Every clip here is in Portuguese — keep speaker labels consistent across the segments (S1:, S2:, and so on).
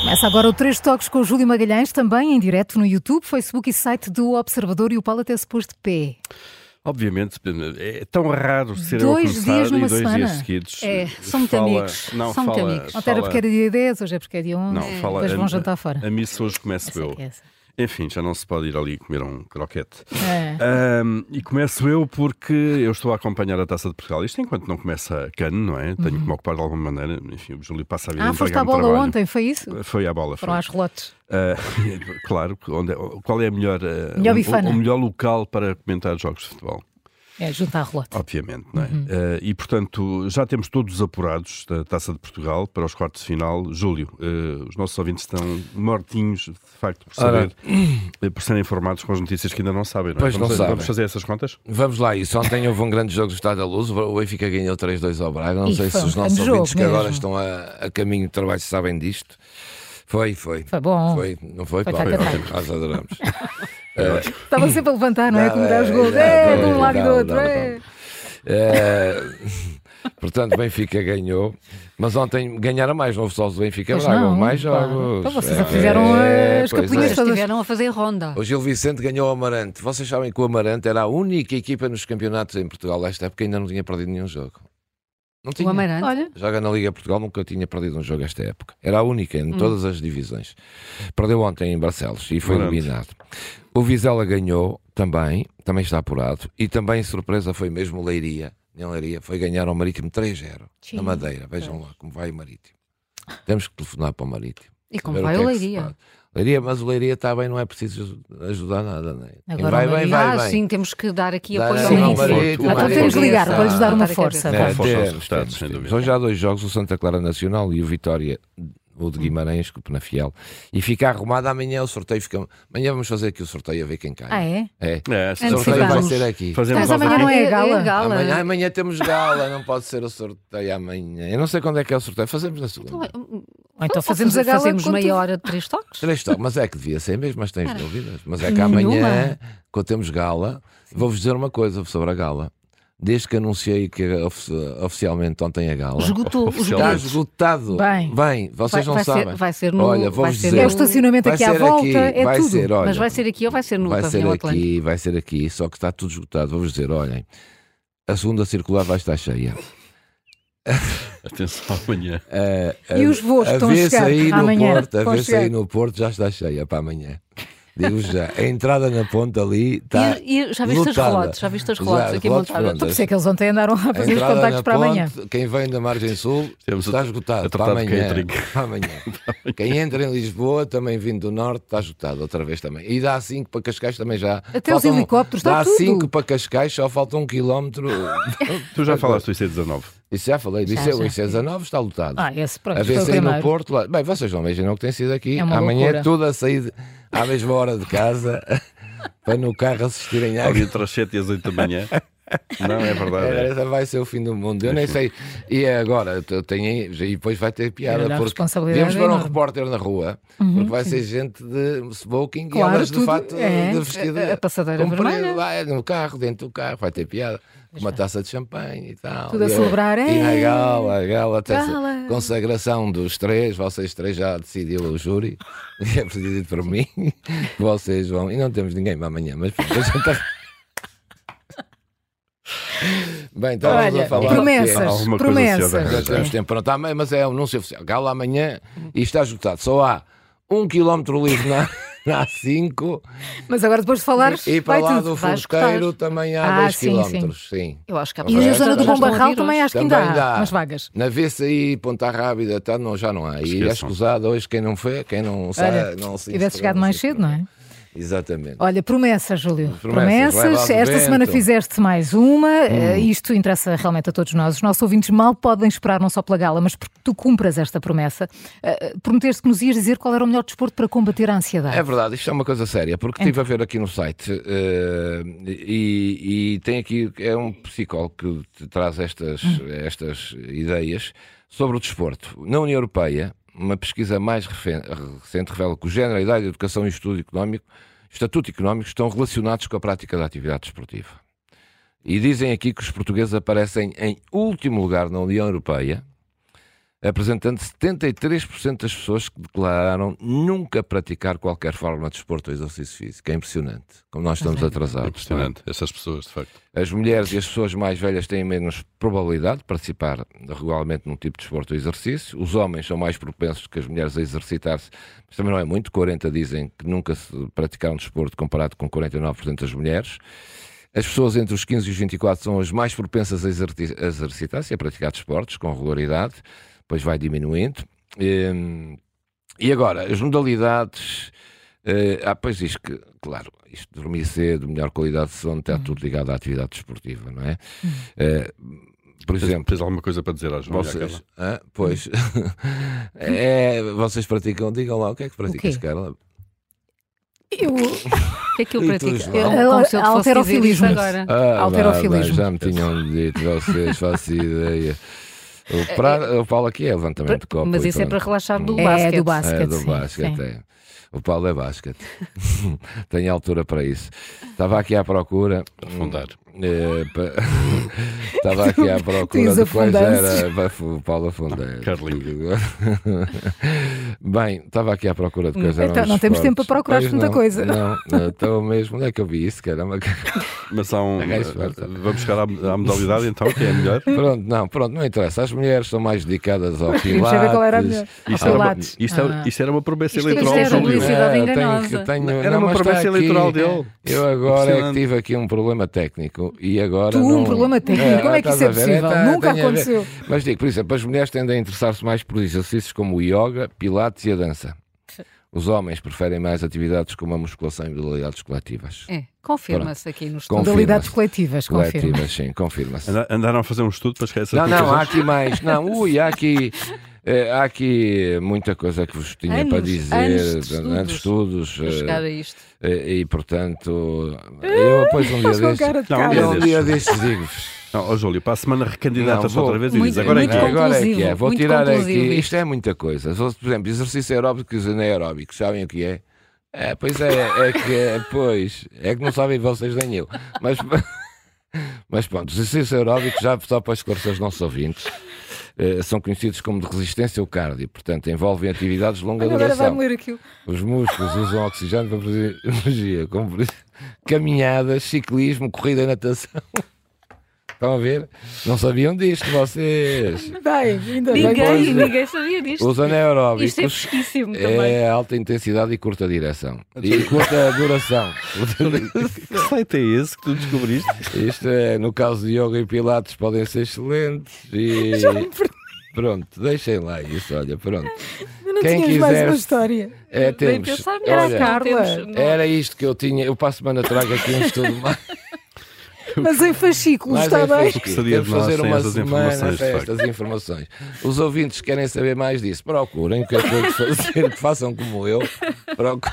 S1: Começa agora o Três Toques com o Júlio Magalhães, também em direto no YouTube, Facebook e site do Observador e o Paulo até se pôs de pé.
S2: Obviamente, é tão raro ser
S1: Dois
S2: eu a
S1: dias
S2: começar
S1: numa
S2: e dois
S1: semana.
S2: dias seguidos.
S1: É, são muito
S2: Fala-
S1: amigos.
S2: Não,
S1: são
S2: fala,
S1: muito amigos. Ontem
S2: Fala,
S1: era porque era dia 10, hoje é porque é dia 11.
S2: não, fala,
S1: Depois vão
S2: a-
S1: jantar fora.
S2: A missa hoje começo eu.
S1: Essa.
S2: Enfim, já não se pode ir ali comer um croquete.
S1: É.
S2: Ahm, e começo eu porque eu estou a acompanhar a Taça de Portugal. Isto enquanto não começa a cano, não é? Tenho que me ocupar de alguma maneira. Enfim, o Júlio passa a vida a
S1: Uhum. Ah, foste à
S2: entregar-me
S1: bola
S2: trabalho.
S1: ontem, foi isso?
S2: Foi à bola, foi.
S1: Foram às relotes.
S2: Ah, claro, onde é- qual é a melhor, ah,
S1: Melhor
S2: o-
S1: bifana.
S2: o, o melhor local para comentar jogos de futebol?
S1: É, junto à relote.
S2: Obviamente, não é? Eh, e portanto, já temos todos os apurados da Taça de Portugal para os quartos de final. Júlio, eh, os nossos ouvintes estão mortinhos, de facto, por,
S3: Ora.
S2: saber, eh, por serem informados com as notícias que ainda não sabem, não é?
S3: Pois
S2: vamos,
S3: não sabem.
S2: vamos fazer essas contas?
S3: Vamos lá, isso. Ontem houve um grande jogo do Estado da Luz. O Benfica ganhou 3-2 ao Braga. Não
S1: Ih,
S3: sei se
S1: foi um
S3: os nossos
S1: grande
S3: ouvintes que
S1: jogo
S3: agora
S1: mesmo.
S3: estão a, a caminho do trabalho sabem disto. Foi, foi.
S1: Foi bom.
S3: Foi, não foi?
S1: Foi
S3: Claro,
S1: tacatá.
S3: ótimo. Nós adoramos.
S1: Estava sempre a levantar, não é?
S3: Não,
S1: Como dá os
S3: é,
S1: gols.
S3: não,
S1: É, de
S3: não,
S1: um lado e do
S3: não,
S1: outro.
S3: não,
S1: é.
S3: Eh, portanto, Benfica ganhou. Mas ontem ganharam mais. Não houve só os do Benfica
S1: Pois
S3: Braga.
S1: não,
S3: houve mais
S1: claro.
S3: jogos.
S1: Então vocês
S3: É,
S1: fizeram
S3: é,
S1: as
S3: pois
S1: capelinhas
S3: é.
S4: Eles
S1: todas.
S4: estiveram a fazer ronda.
S3: O Gil Vicente ganhou ao Amarante. Vocês sabem que o Amarante era a única equipa nos campeonatos em Portugal desta época que ainda não tinha perdido nenhum jogo. Não
S4: O
S3: tinha.
S4: Amarante.
S1: Olha,
S3: Joga na Liga Portugal, nunca tinha perdido um jogo a esta época. Era a única
S4: Hum.
S3: em todas as divisões. Perdeu ontem em Barcelos e foi
S2: Morante.
S3: eliminado. O Vizela ganhou também, também está apurado. E também surpresa foi mesmo o Leiria. Em Leiria foi ganhar ao Marítimo 3-0
S4: Sim.
S3: na Madeira. Vejam lá como vai o Marítimo. Temos que telefonar para o Marítimo.
S4: E como
S3: Ver
S4: vai o
S3: que é que se
S4: Leiria?
S3: passa. Leiria, mas o Leiria está bem, não é preciso ajudar nada, não é? Quem
S4: Agora
S3: vai
S4: o
S3: bem,
S4: Leiria-
S3: vai
S4: Ah,
S3: bem.
S4: sim, temos que dar aqui
S3: Dar
S4: apoio ao
S3: aqui um
S4: Leiria.
S3: apoio,
S4: Então
S1: então
S2: Marítimo.
S1: temos que ligar,
S4: Marítimo.
S1: vou-lhes dar uma
S4: Dar a
S1: força.
S4: cabeça.
S1: vá.
S2: força aos
S3: temos,
S2: resultados,
S3: temos,
S2: É, sem
S3: temos.
S2: dúvida.
S3: Hoje há dois jogos, o Santa Clara Nacional e o Vitória, o
S2: Hum.
S3: de Guimarães, com o Penafiel. E fica arrumado amanhã o sorteio. Fica... Amanhã vamos fazer aqui o sorteio a ver quem cai.
S1: Ah, é?
S3: é?
S2: É,
S3: O sorteio vai
S1: Antecipamos.
S3: ser aqui.
S2: Fazemos
S1: Mas amanhã não
S2: alguma-
S1: é a gala?
S3: Amanhã, amanhã temos gala, não pode ser o sorteio amanhã. Eu não sei quando é que é o sorteio, fazemos na segunda.
S1: Ou então fazemos a gala.
S4: Fazemos
S1: quando-
S4: meia hora de três toques.
S3: Três toques, mas é que devia ser mesmo, mas tens dúvidas. Mas é que amanhã, quando temos gala, vou-vos dizer uma coisa sobre a gala. Desde que anunciei que ofi- oficialmente ontem a gala,
S4: Esgotou os
S2: Oficialmente.
S3: está
S4: bilhetes.
S3: esgotado.
S1: Bem.
S3: vocês
S4: vai,
S3: não
S4: vai
S3: sabem.
S4: Ser, vai ser no.
S3: Olha,
S4: vai
S3: vou-vos
S4: ser
S3: dizer.
S1: É o
S4: no-
S1: estacionamento
S3: Vai
S1: aqui à
S3: ser
S1: volta,
S3: aqui,
S1: é
S3: vai
S1: tudo.
S3: ser, olha,
S4: Mas vai ser aqui ou vai ser no
S3: vai ser
S4: pavilhão Atlântico?
S3: aqui, vai ser aqui, só que está tudo esgotado. Vou-vos dizer, olhem, a segunda circular vai estar cheia.
S2: Atenção, amanhã.
S3: Eh, A-
S1: E os voos
S3: a
S1: estão a
S3: vez
S1: chegar
S3: aí no
S1: amanhã.
S3: Porto, a
S1: Estão a
S3: vez
S1: chegar.
S3: aí no Porto já está cheia para amanhã. Digo-vos já, a entrada na ponta ali está.
S4: E, e já viste as
S3: lotada.
S4: relotes? Já viste as
S3: Já,
S4: relotes aqui
S3: relotes
S4: montadas?
S3: prontas.
S1: Por isso é que eles ontem andaram a
S3: A
S1: fazer os
S3: entrada
S1: contactos
S3: na
S1: para
S3: ponte,
S1: amanhã.
S3: quem vem da Margem Sul
S2: Temos
S3: está
S2: a-
S3: esgotado
S2: a
S3: para
S2: tratar de
S3: amanhã.
S2: catering.
S3: Para amanhã. Quem entra em Lisboa, também vindo do Norte, está esgotado outra vez também. E dá 5 para Cascais também já. um.
S1: Até os helicópteros, está
S3: Dá
S1: tudo.
S3: 5 para Cascais, só falta um quilómetro.
S2: Tu já falaste do IC19.
S3: Isso já falei,
S4: Já,
S3: disse eu,
S4: já.
S3: o IC19 está lotado.
S1: Ah, esse pronto,
S3: a
S1: foi o
S3: ver se aí no
S1: primeiro.
S3: Porto. Lá... Bem, vocês não vejam o que tem sido aqui.
S1: É uma
S3: Amanhã
S1: loucura.
S3: é tudo a sair de- à mesma hora de casa para no carro assistirem à
S2: Alguém entre as 7 e as 8 da manhã. Não, é verdade. é.
S3: Essa vai ser o fim do mundo. Eu nem sei. E é agora, eu tenho, e depois vai ter piada.
S1: Olha, a
S3: Porque
S1: responsabilidade
S3: devemos
S1: é
S3: pôr um
S1: enorme. Uhum,
S3: repórter na rua, porque vai ser gente de smoking
S1: Claro,
S3: e elas de
S1: tudo,
S3: fato
S1: é.
S3: de vestido.
S1: A- a passadeira
S3: comprido,
S1: vermelha.
S3: vai no carro, dentro do carro, vai ter piada. com Uma taça de champanhe e tal.
S1: Tudo a
S3: E
S1: celebrar,
S3: E na
S1: é.
S3: gala, a gala, até se-
S1: Gala.
S3: consagração dos três, vocês três já decidiu o júri, é presidido por mim. Vocês vão, e não temos ninguém para amanhã, mas pronto, a gente tá- Bem, então vamos a
S1: Olha,
S3: falar.
S2: Há
S1: promessas,
S3: assim,
S2: alguma coisa ansiosa a
S1: promessas.
S3: um Já temos tempo para anotar, mas é o anúncio oficial. Gala amanhã e está esgotado. Só há um quilómetro livre na, na A5
S1: Mas agora depois de falar,
S3: e para
S1: vai
S3: lá
S1: tudo.
S3: do
S4: vai
S3: Forqueiro
S4: esgotar.
S3: também há
S1: Ah,
S3: dois
S1: sim,
S3: quilómetros. Sim.
S4: Eu acho que há
S3: E
S1: E
S4: pessoas
S1: na
S3: Vai,
S4: que
S1: zona
S4: já
S1: do
S3: já
S1: Bom
S4: estão a
S1: Barral
S4: ouvir
S1: também
S4: hoje.
S1: acho que ainda
S3: Também
S1: há
S3: dá.
S1: umas vagas.
S3: Na VCI, Ponta Rábida, tá, não, já não há. E é
S2: Esqueçam.
S3: escusado hoje quem não foi, quem não sabe.
S1: Olha,
S3: não se
S1: tivesse
S3: inscreve,
S1: chegado
S3: não
S1: mais
S3: sei
S1: cedo, não é?
S3: Exatamente.
S5: Olha, promessas, Júlio.
S3: Promessas, vai lá do
S5: Esta
S3: vento. Hum.
S5: semana fizeste mais uma. Eh, Isto interessa realmente a todos nós. Os nossos ouvintes mal podem esperar, não só pela gala, mas porque tu cumpras esta promessa. Eh, eh, Prometeste que nos ias dizer qual era o melhor desporto para combater a ansiedade.
S3: É verdade, isto é uma coisa séria, porque estive a ver aqui no site eh, e, e tem aqui, é um psicólogo que te traz estas, estas ideias sobre o desporto. Na União Europeia, uma pesquisa mais refe- recente revela que o género, a idade, a educação e o estudo económico, estatuto económico, estão relacionados com a prática da atividade desportiva. E dizem aqui que os portugueses aparecem em último lugar na União Europeia, apresentando 73% das pessoas que declararam nunca praticar qualquer forma de desporto ou exercício físico. É impressionante, como nós estamos atrasados.
S2: É Impressionante, essas pessoas, de facto.
S3: As mulheres e as pessoas mais velhas têm menos probabilidade de participar regularmente num tipo de desporto ou exercício. Os homens são mais propensos que as mulheres a exercitar-se, mas também não é muito. 40 dizem que nunca se praticaram desporto, comparado com 49% das mulheres. As pessoas entre os 15 e os 24 são as mais propensas a exerti- a exercitar-se, e a praticar desportos com regularidade, depois vai diminuindo. Hum, E agora, as modalidades. Eh, ah, pois diz que, claro, isto de dormir cedo, melhor qualidade de sono, está tudo ligado à atividade desportiva, não é? Eh, por
S2: Tens-
S3: exemplo,
S2: Tens alguma coisa para dizer à Júlia?
S3: vocês.
S2: Carla?
S3: Hã? pois. É, vocês praticam, digam lá, o que é que praticas,
S5: quê?
S3: Carla?
S5: Eu...
S4: O que é que eu
S3: E tu,
S4: pratico?
S3: João?
S4: Era como se eu te fosse dizer
S5: Alterofilismo.
S4: isto agora.
S3: Ah,
S5: Alterofilismo.
S3: vá, vá, já me tinham dito, vocês faço ideia. O, pra, o Paulo aqui é levantamento de copo.
S4: Mas
S3: e
S4: isso é para
S3: pronto.
S4: relaxar do
S5: É,
S4: basquete.
S5: do basquete.
S3: É, do
S5: sim,
S3: basquete,
S5: sim.
S3: é. O Paulo é basquete. Tem altura para isso. Estava aqui à procura.
S2: Afundar.
S3: Eh, pa- Estava aqui à procura
S5: Tens
S3: de quais
S5: afundanças.
S3: era vai, fu- Paulo Afundei.
S2: Carlinho.
S3: Bem, estava aqui à procura de quais
S5: Então,
S3: eram os
S5: não temos
S3: esportes.
S5: tempo para procurar
S3: Pois
S5: tanta
S3: não,
S5: coisa.
S3: Não, não, então mesmo, onde é que eu vi isso? Caramba,
S2: Mas há um.
S3: É isso, é isso.
S2: Vamos chegar à, à modalidade então, que é a melhor.
S3: pronto, não, pronto, não interessa. As mulheres são mais dedicadas ao
S5: Queríamos saber qual era a melhor.
S3: pilates.
S2: Isto
S5: Ao
S2: era, uma,
S5: Pilates.
S2: isto era-
S5: Ah.
S2: isto era uma promessa
S4: Isto
S2: eleitoral.
S4: era
S2: do Júlio.
S4: publicidade.
S3: tenho
S4: enganosa.
S3: que- tenho-
S2: Era uma
S3: mas está
S2: promessa
S3: aqui.
S2: eleitoral dele.
S3: Eu agora é que
S2: Impressionante.
S3: tive aqui um problema técnico e agora.
S5: Tu,
S3: não...
S5: um problema técnico? Como é que
S3: estás
S5: isso é
S3: a ver?
S5: possível?
S3: tá-
S5: Nunca
S3: tem a ver.
S5: aconteceu.
S3: Mas digo, por exemplo, as mulheres tendem a interessar-se mais por exercícios como o yoga, pilates e a dança. Os homens preferem mais atividades como a musculação e modalidades coletivas.
S4: É, confirma-se aqui no estudo.
S3: Confirma-se.
S5: Modalidades coletivas, confirmo.
S3: Coletivas, sim, confirma-se.
S2: Anda- Andaram a fazer um estudo para esquecer
S3: Não, não, há aqui mais. Não, ui, há aqui. eh, há aqui muita coisa que vos tinha
S4: Anos,
S3: para dizer,
S4: anos de
S3: anos de estudos,
S4: Para chegar
S3: eh,
S4: a isto.
S3: eh, e portanto, eu depois um dia destes,
S2: Não,
S3: Eu
S2: um
S3: um
S2: dia
S3: dia destes digo-vos.
S2: Não, ó, Júlio, para a semana
S3: Não,
S2: recandidata-se
S3: vou.
S2: outra vez e
S4: Muito-
S2: diz agora é
S4: muito
S2: que é.
S3: Não, agora é que é.
S4: conclusivo,
S3: Vou
S4: muito
S3: tirar aqui.
S4: conclusivo
S3: Isto é muita coisa. Só se, Por exemplo, exercício aeróbico e os anaeróbicos. Sabem o que é? É, pois é, é que é, pois. É que não sabem vocês nem eu. Mas, mas pronto, os exercícios aeróbicos, já só para esclarecer os nossos ouvintes, eh, são conhecidos como de resistência ao cardio. Portanto, envolvem atividades de longa
S5: Agora
S3: duração.
S5: vai-me ler aquilo.
S3: Os músculos usam oxigênio para produzir energia, como por exemplo, caminhadas, ciclismo, corrida e natação. Estão a ver? Não sabiam disto vocês.
S5: Vai, ainda bem.
S4: Ninguém,
S3: Pois é.
S4: ninguém sabia disto.
S3: Os
S4: Isto é
S3: anaeróbicos
S4: pesquíssimo também.
S3: é alta intensidade e curta direção. E curta duração.
S2: Que site é esse que tu descobriste?
S3: Isto é, no caso de yoga e pilates, podem ser excelentes e... Pronto, deixem lá isso, olha, pronto.
S5: Eu não
S3: Quem
S5: tínhamos mais
S3: quiser-
S5: uma história.
S3: É,
S4: Bem
S3: temos...
S4: pensar nisso.
S5: Era a
S3: olha,
S5: Carla.
S4: Temos-
S3: era isto que eu tinha. Eu para a semana trago aqui um estudo mais.
S5: Mas em fascículos,
S3: Mas
S5: está
S3: é
S5: bem?
S3: fresquinho.
S2: O que seria de
S3: Temos
S2: nós
S3: fazer
S2: sem
S3: uma
S2: essas
S3: semana
S2: informações,
S3: para
S2: de
S3: estas informações. Os ouvintes que querem saber mais disso, procurem o que é que eu vou fazer, que façam como eu. Procurem.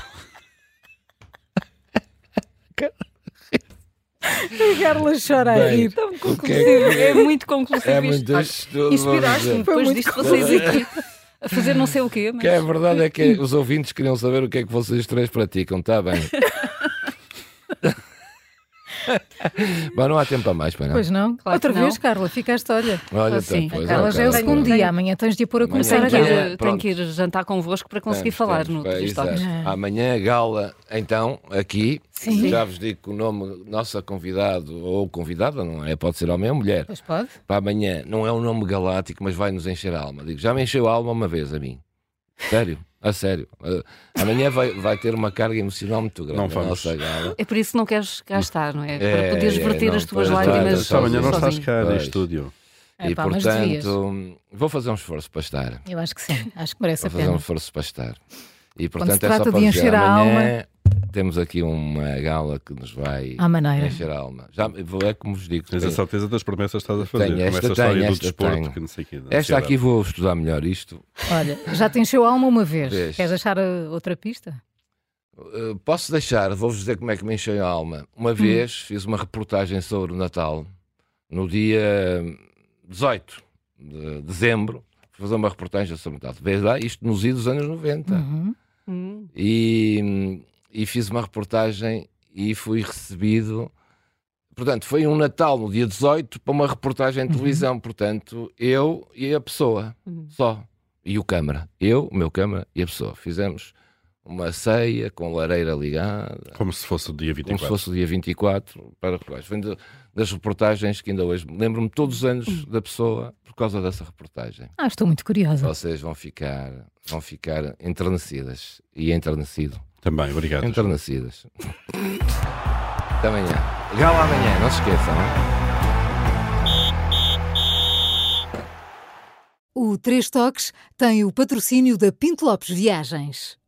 S5: A Carla chora a
S3: Bem,
S5: rir.
S4: tá
S3: O que é que-
S4: Conclusivo, É muito conclusivo
S3: é
S4: isto.
S3: muito
S4: Olha,
S3: estudo. vamos
S4: Inspiraste-me
S3: dizer.
S5: Foi
S4: depois
S5: muito
S4: disto vocês aqui a fazer não sei o quê,
S3: O que é
S4: mas
S3: verdade é que os ouvintes queriam saber o que é que vocês três praticam, está bem? Mas não há tempo para mais, para não.
S5: Pois não?
S4: Claro
S5: Outra
S4: que não.
S5: vez, Carla, fica a história.
S3: Olha,
S4: assim,
S3: então, pois,
S5: Carla,
S3: ok,
S5: já é o
S3: ok.
S5: segundo dia. Amanhã tens de a pôr a
S3: Amanhã
S5: começar
S4: tenho
S5: a
S4: que,
S3: Amanhã,
S5: gala.
S4: ir, tenho
S3: é pronto.
S4: que ir jantar convosco para conseguir
S3: Temos,
S4: falar
S3: temos,
S4: no
S3: é,
S4: dos toques.
S3: exato. Amanhã gala, então, aqui.
S5: Sim.
S3: Já vos digo que o nome, nossa convidado ou convidada, não é? Pode ser homem ou mulher.
S5: Pois pode.
S3: Para amanhã, não é um nome galáctico, mas vai nos encher a alma. Digo, já me encheu a alma uma vez a mim. Sério, a sério. Eh, amanhã vai, vai ter uma carga emocional muito grande.
S2: Não
S3: a
S2: vamos.
S3: nossa gala.
S4: É por isso que não queres cá estar, não é?
S3: É,
S4: Para poderes
S3: é,
S4: verter
S3: não,
S4: as tuas
S3: pois, então,
S4: lágrimas.
S3: Só
S2: Só amanhã Então, não estás
S4: sozinho.
S2: cá no
S3: Pois.
S2: estúdio.
S5: É,
S3: e
S5: pá, mas devias.
S3: portanto, vou fazer um esforço para estar.
S5: Eu acho que sim. Acho que
S3: Vou
S5: merece a
S3: fazer um
S5: pena.
S3: esforço para estar. E
S5: se
S3: portanto é
S5: trata
S3: só
S5: de
S3: para dizer
S5: encher a
S3: amanhã. Temos aqui uma gala que nos vai
S5: À maneira.
S3: encher a alma. Já, vou- é como vos digo.
S2: Tens a
S3: tenho-
S2: certeza das promessas que estás a fazer.
S3: Tenho
S2: como
S3: esta,
S2: essa história
S3: tenho
S2: do
S3: esta,
S2: desporto,
S3: tenho.
S2: que não sei o quê, é da
S3: Esta
S2: ansiedade.
S3: aqui vou estudar melhor isto.
S5: Olha, já te encheu a alma uma vez.
S3: Vês.
S5: Queres deixar uh, outra pista?
S3: Uh, posso deixar, vou-vos dizer como é que me encheu a alma. Uma vez fiz uma reportagem sobre o Natal, no dia 18 de dezembro, fui fazer uma reportagem sobre o Natal. Vês lá, isto nos idos anos 90.
S5: Uhum.
S4: Hum.
S3: E, e fiz uma reportagem e fui recebido. Portanto, foi um Natal no dia 18 para uma reportagem em televisão. Portanto, eu e a pessoa
S4: Uhum.
S3: só. E o câmara. Eu, o meu câmara e a pessoa. Fizemos uma ceia com lareira ligada,
S2: Como se fosse o dia
S3: como se
S2: 24.
S3: fosse o dia 24 para reportagens. Foi de- das reportagens que ainda hoje me lembro-me todos os anos da pessoa por causa dessa reportagem.
S5: Ah, estou muito curiosa.
S3: Vocês vão ficar, vão ficar enternecidas e enternecido.
S2: Também, obrigado.
S3: Então, Enternecidas. Até amanhã. Gala amanhã, não se esqueçam. hein?
S1: O Três Toques tem o patrocínio da Pinto Lopes Viagens.